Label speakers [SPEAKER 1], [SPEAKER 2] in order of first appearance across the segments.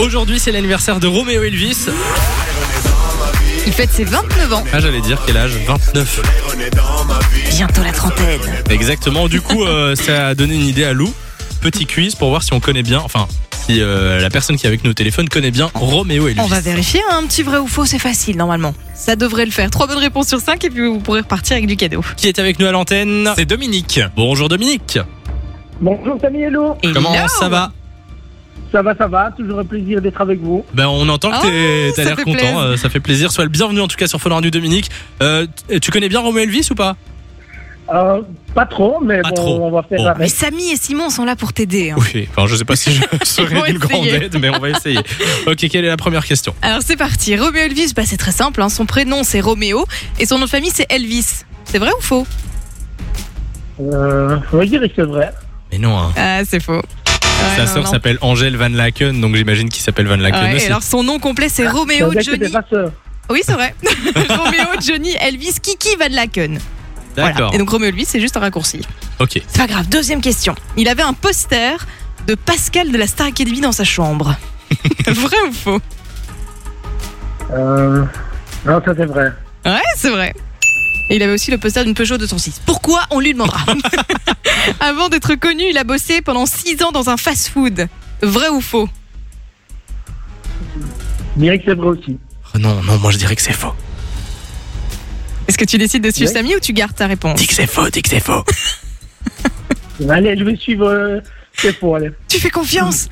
[SPEAKER 1] Aujourd'hui, c'est l'anniversaire de Roméo Elvis.
[SPEAKER 2] Il fête ses 29 ans.
[SPEAKER 1] Ah, j'allais dire quel âge 29.
[SPEAKER 2] Bientôt la trentaine.
[SPEAKER 1] Exactement. Du coup, euh, ça a donné une idée à Lou. Petit quiz pour voir si on connaît bien, enfin, si euh, la personne qui est avec nous au téléphone connaît bien Roméo Elvis.
[SPEAKER 2] On va vérifier, hein, un petit vrai ou faux, c'est facile normalement. Ça devrait le faire. Trois bonnes réponses sur cinq et puis vous pourrez repartir avec du cadeau.
[SPEAKER 1] Qui est avec nous à l'antenne
[SPEAKER 3] C'est Dominique.
[SPEAKER 1] Bonjour Dominique.
[SPEAKER 4] Bonjour Samy et Lou.
[SPEAKER 2] Et
[SPEAKER 1] Comment
[SPEAKER 2] là,
[SPEAKER 1] ça va
[SPEAKER 4] Ça va, ça va. Toujours un plaisir d'être avec vous.
[SPEAKER 1] Ben, on entend que
[SPEAKER 2] Oh,
[SPEAKER 1] t'es- t'as
[SPEAKER 2] ça
[SPEAKER 1] l'air
[SPEAKER 2] fait
[SPEAKER 1] content.
[SPEAKER 2] plaisir.
[SPEAKER 1] euh, ça fait plaisir. Sois le bienvenu en tout cas sur Fun Radio Dominique. Euh, t- tu connais bien Roméo Elvis ou pas
[SPEAKER 4] Euh, pas trop, mais
[SPEAKER 1] Pas
[SPEAKER 4] bon,
[SPEAKER 1] trop.
[SPEAKER 4] on va faire
[SPEAKER 1] Bon.
[SPEAKER 2] Mais
[SPEAKER 4] avec.
[SPEAKER 2] Samy et Simon sont là pour t'aider. hein.
[SPEAKER 1] Oui. Enfin, je sais pas si je
[SPEAKER 2] Ils vont
[SPEAKER 1] serai d'une grande
[SPEAKER 2] essayer.
[SPEAKER 1] aide, mais on va essayer. ok, quelle est la première question
[SPEAKER 2] Alors c'est parti. Roméo Elvis, bah, c'est très simple. hein. Son prénom c'est Roméo et son nom de famille c'est Elvis. C'est vrai ou faux
[SPEAKER 4] Euh, on va dire que c'est vrai.
[SPEAKER 1] Mais non, hein.
[SPEAKER 2] Ah, c'est faux. Ouais,
[SPEAKER 1] Sa
[SPEAKER 2] Ah, non,
[SPEAKER 1] sœur
[SPEAKER 2] non.
[SPEAKER 1] s'appelle Angèle Van Laken, donc j'imagine qu'il s'appelle Van Laken
[SPEAKER 2] Ouais, et
[SPEAKER 1] aussi.
[SPEAKER 2] alors son nom complet c'est
[SPEAKER 4] Ça
[SPEAKER 2] Roméo
[SPEAKER 4] veut dire que
[SPEAKER 2] Johnny.
[SPEAKER 4] t'es pas sœur.
[SPEAKER 2] Oui c'est vrai. Roméo Johnny Elvis Kiki Van Laken. Voilà.
[SPEAKER 1] D'accord.
[SPEAKER 2] Et donc Roméo Elvis c'est juste un raccourci.
[SPEAKER 1] Ok.
[SPEAKER 2] C'est pas grave, deuxième question. Il avait un poster de Pascal de la Star Academy dans sa chambre. vrai ou faux
[SPEAKER 4] Euh, non, ça c'est vrai.
[SPEAKER 2] Ouais, c'est vrai. Et il avait aussi le poster d'une Peugeot 206. Pourquoi On lui demandera. Avant d'être connu, il a bossé pendant 6 ans dans un fast-food. Vrai ou faux
[SPEAKER 4] Je dirais que c'est vrai aussi.
[SPEAKER 1] Oh non, non, moi je dirais que c'est faux.
[SPEAKER 2] Est-ce que tu décides de suivre
[SPEAKER 4] Oui.
[SPEAKER 2] Samy ou tu gardes ta réponse
[SPEAKER 1] Dis que c'est faux, dis que c'est faux.
[SPEAKER 4] Allez, je vais suivre. euh, c'est faux, allez.
[SPEAKER 2] Tu fais confiance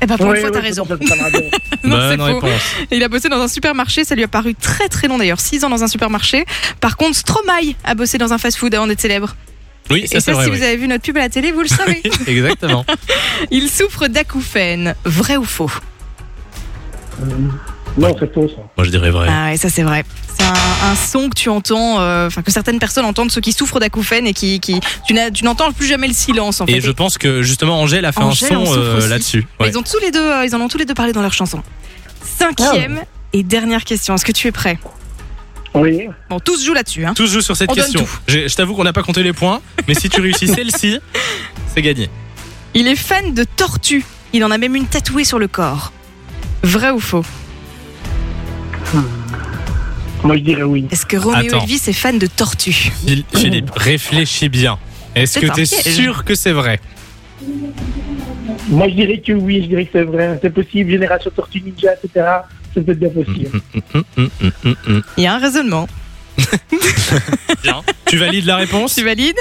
[SPEAKER 2] Eh ben pour
[SPEAKER 4] Oui,
[SPEAKER 2] une fois,
[SPEAKER 4] oui,
[SPEAKER 2] t'as
[SPEAKER 4] c'est
[SPEAKER 2] raison.
[SPEAKER 4] pour ça que ça m'a raison.
[SPEAKER 2] Non,
[SPEAKER 1] Bonne
[SPEAKER 2] c'est faux.
[SPEAKER 1] réponse.
[SPEAKER 2] Et il a bossé dans un supermarché, ça lui a paru très très long d'ailleurs, 6 ans dans un supermarché. Par contre, Stromae a bossé dans un fast-food avant d'être célèbre.
[SPEAKER 1] Oui, ça c'est
[SPEAKER 2] Et ça,
[SPEAKER 1] vrai.
[SPEAKER 2] si
[SPEAKER 1] oui.
[SPEAKER 2] vous avez vu notre pub à la télé, vous le savez.
[SPEAKER 1] Exactement.
[SPEAKER 2] Il souffre d'acouphènes. Vrai ou faux
[SPEAKER 4] Euh, non, c'est faux ça.
[SPEAKER 1] Moi je dirais vrai.
[SPEAKER 2] Ah ouais, ça c'est vrai. C'est un, un son que tu entends, euh, enfin que certaines personnes entendent, ceux qui souffrent d'acouphènes et qui, qui tu n'as- tu n'entends plus jamais le silence en fait.
[SPEAKER 1] Et je pense que justement Angèle a fait
[SPEAKER 2] Angèle
[SPEAKER 1] un
[SPEAKER 2] en
[SPEAKER 1] son
[SPEAKER 2] souffre
[SPEAKER 1] euh,
[SPEAKER 2] aussi.
[SPEAKER 1] là-dessus.
[SPEAKER 2] Mais
[SPEAKER 1] Ouais.
[SPEAKER 2] Ils ont tous les deux, euh, ils en ont tous les deux parlé dans leur chanson. Cinquième et dernière question. Est-ce que tu es prêt
[SPEAKER 4] Oui.
[SPEAKER 2] Bon, tous jouent là-dessus. Hein.
[SPEAKER 1] Tous jouent sur cette
[SPEAKER 2] On donne
[SPEAKER 1] question.
[SPEAKER 2] tout.
[SPEAKER 1] J'ai- Je t'avoue qu'on n'a pas compté les points, mais si tu réussis celle-ci, c'est gagné.
[SPEAKER 2] Il est fan de tortues. Il en a même une tatouée sur le corps. Vrai ou faux
[SPEAKER 4] Moi je dirais oui.
[SPEAKER 2] Est-ce que Roméo
[SPEAKER 1] Attends.
[SPEAKER 2] Elvis est fan de tortues
[SPEAKER 1] Phil- Philippe, réfléchis bien. Est-ce
[SPEAKER 2] Oh. C'est
[SPEAKER 1] que
[SPEAKER 2] un
[SPEAKER 1] t'es
[SPEAKER 2] piège.
[SPEAKER 1] sûr que c'est vrai
[SPEAKER 4] Moi je dirais que oui, je dirais que c'est vrai. C'est possible, Génération Tortue Ninja, etc. C'est peut-être bien possible.
[SPEAKER 1] Hum, hum, hum, hum, hum.
[SPEAKER 2] Il y a un raisonnement.
[SPEAKER 1] Bien. Tu valides la réponse
[SPEAKER 2] Tu valides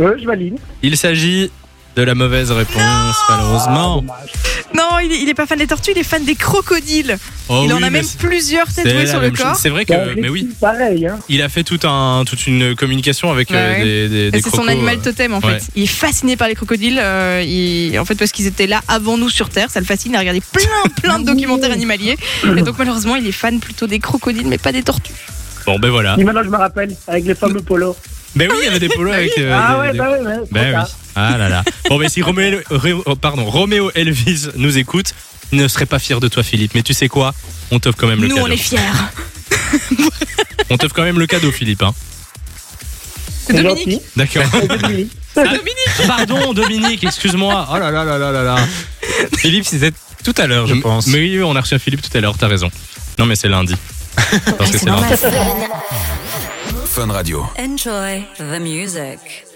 [SPEAKER 4] Euh, je valide.
[SPEAKER 1] Il s'agit de la mauvaise réponse, malheureusement.
[SPEAKER 4] Ah, Dommage.
[SPEAKER 2] Non, il est, il est pas fan des tortues, il est fan des crocodiles.
[SPEAKER 1] Oh
[SPEAKER 2] il en
[SPEAKER 1] oui,
[SPEAKER 2] a
[SPEAKER 1] mais
[SPEAKER 2] même
[SPEAKER 1] c'est-
[SPEAKER 2] plusieurs
[SPEAKER 1] c'est
[SPEAKER 2] tatouées
[SPEAKER 1] la
[SPEAKER 2] sur le
[SPEAKER 1] même chose.
[SPEAKER 2] corps.
[SPEAKER 1] C'est vrai
[SPEAKER 4] Bah,
[SPEAKER 1] que, mais oui,
[SPEAKER 4] reptile, Pareil, hein.
[SPEAKER 1] il a fait tout un, toute une communication avec
[SPEAKER 2] Ouais,
[SPEAKER 1] euh,
[SPEAKER 2] Bah ouais.
[SPEAKER 1] des, des, des
[SPEAKER 2] C'est son
[SPEAKER 1] crocos,
[SPEAKER 2] animal
[SPEAKER 1] euh.
[SPEAKER 2] totem en fait.
[SPEAKER 1] ouais.
[SPEAKER 2] Il est fasciné par les crocodiles. euh, il- En fait, parce qu'ils étaient là avant nous sur Terre, ça le fascine. Il a regardé plein, plein de documentaires animaliers. Et donc, malheureusement, il est fan plutôt des crocodiles, mais pas des tortues.
[SPEAKER 1] Bon, ben voilà.
[SPEAKER 4] Et maintenant je me rappelle, avec les fameux polos.
[SPEAKER 1] Ben oui, il y avait des polos avec. euh,
[SPEAKER 4] ah
[SPEAKER 1] des-
[SPEAKER 4] ouais,
[SPEAKER 1] des-
[SPEAKER 4] bah ouais, ouais. trop
[SPEAKER 1] Ben
[SPEAKER 4] tard.
[SPEAKER 1] oui. Ah là là. Bon, ben si Roméo, Ré- oh, pardon, Roméo Elvis nous écoute, il ne serait pas fier de toi, Philippe. Mais tu sais quoi On t'offre quand même le
[SPEAKER 2] nous,
[SPEAKER 1] cadeau.
[SPEAKER 2] on est fiers.
[SPEAKER 1] On t'offre quand même le cadeau, Philippe. Hein.
[SPEAKER 2] C'est
[SPEAKER 4] C'est
[SPEAKER 2] Dominique.
[SPEAKER 4] gentil.
[SPEAKER 1] D'accord.
[SPEAKER 4] Dominique.
[SPEAKER 1] Pardon, Dominique, excuse-moi. Oh là là là là là là.
[SPEAKER 3] Philippe, c'était tout à l'heure, je
[SPEAKER 1] M-
[SPEAKER 3] pense.
[SPEAKER 1] Mais oui, oui, on a reçu un Philippe tout à l'heure, t'as raison. Non, mais c'est lundi. Parce que c'est lundi.
[SPEAKER 2] normal.
[SPEAKER 5] Enjoy the music.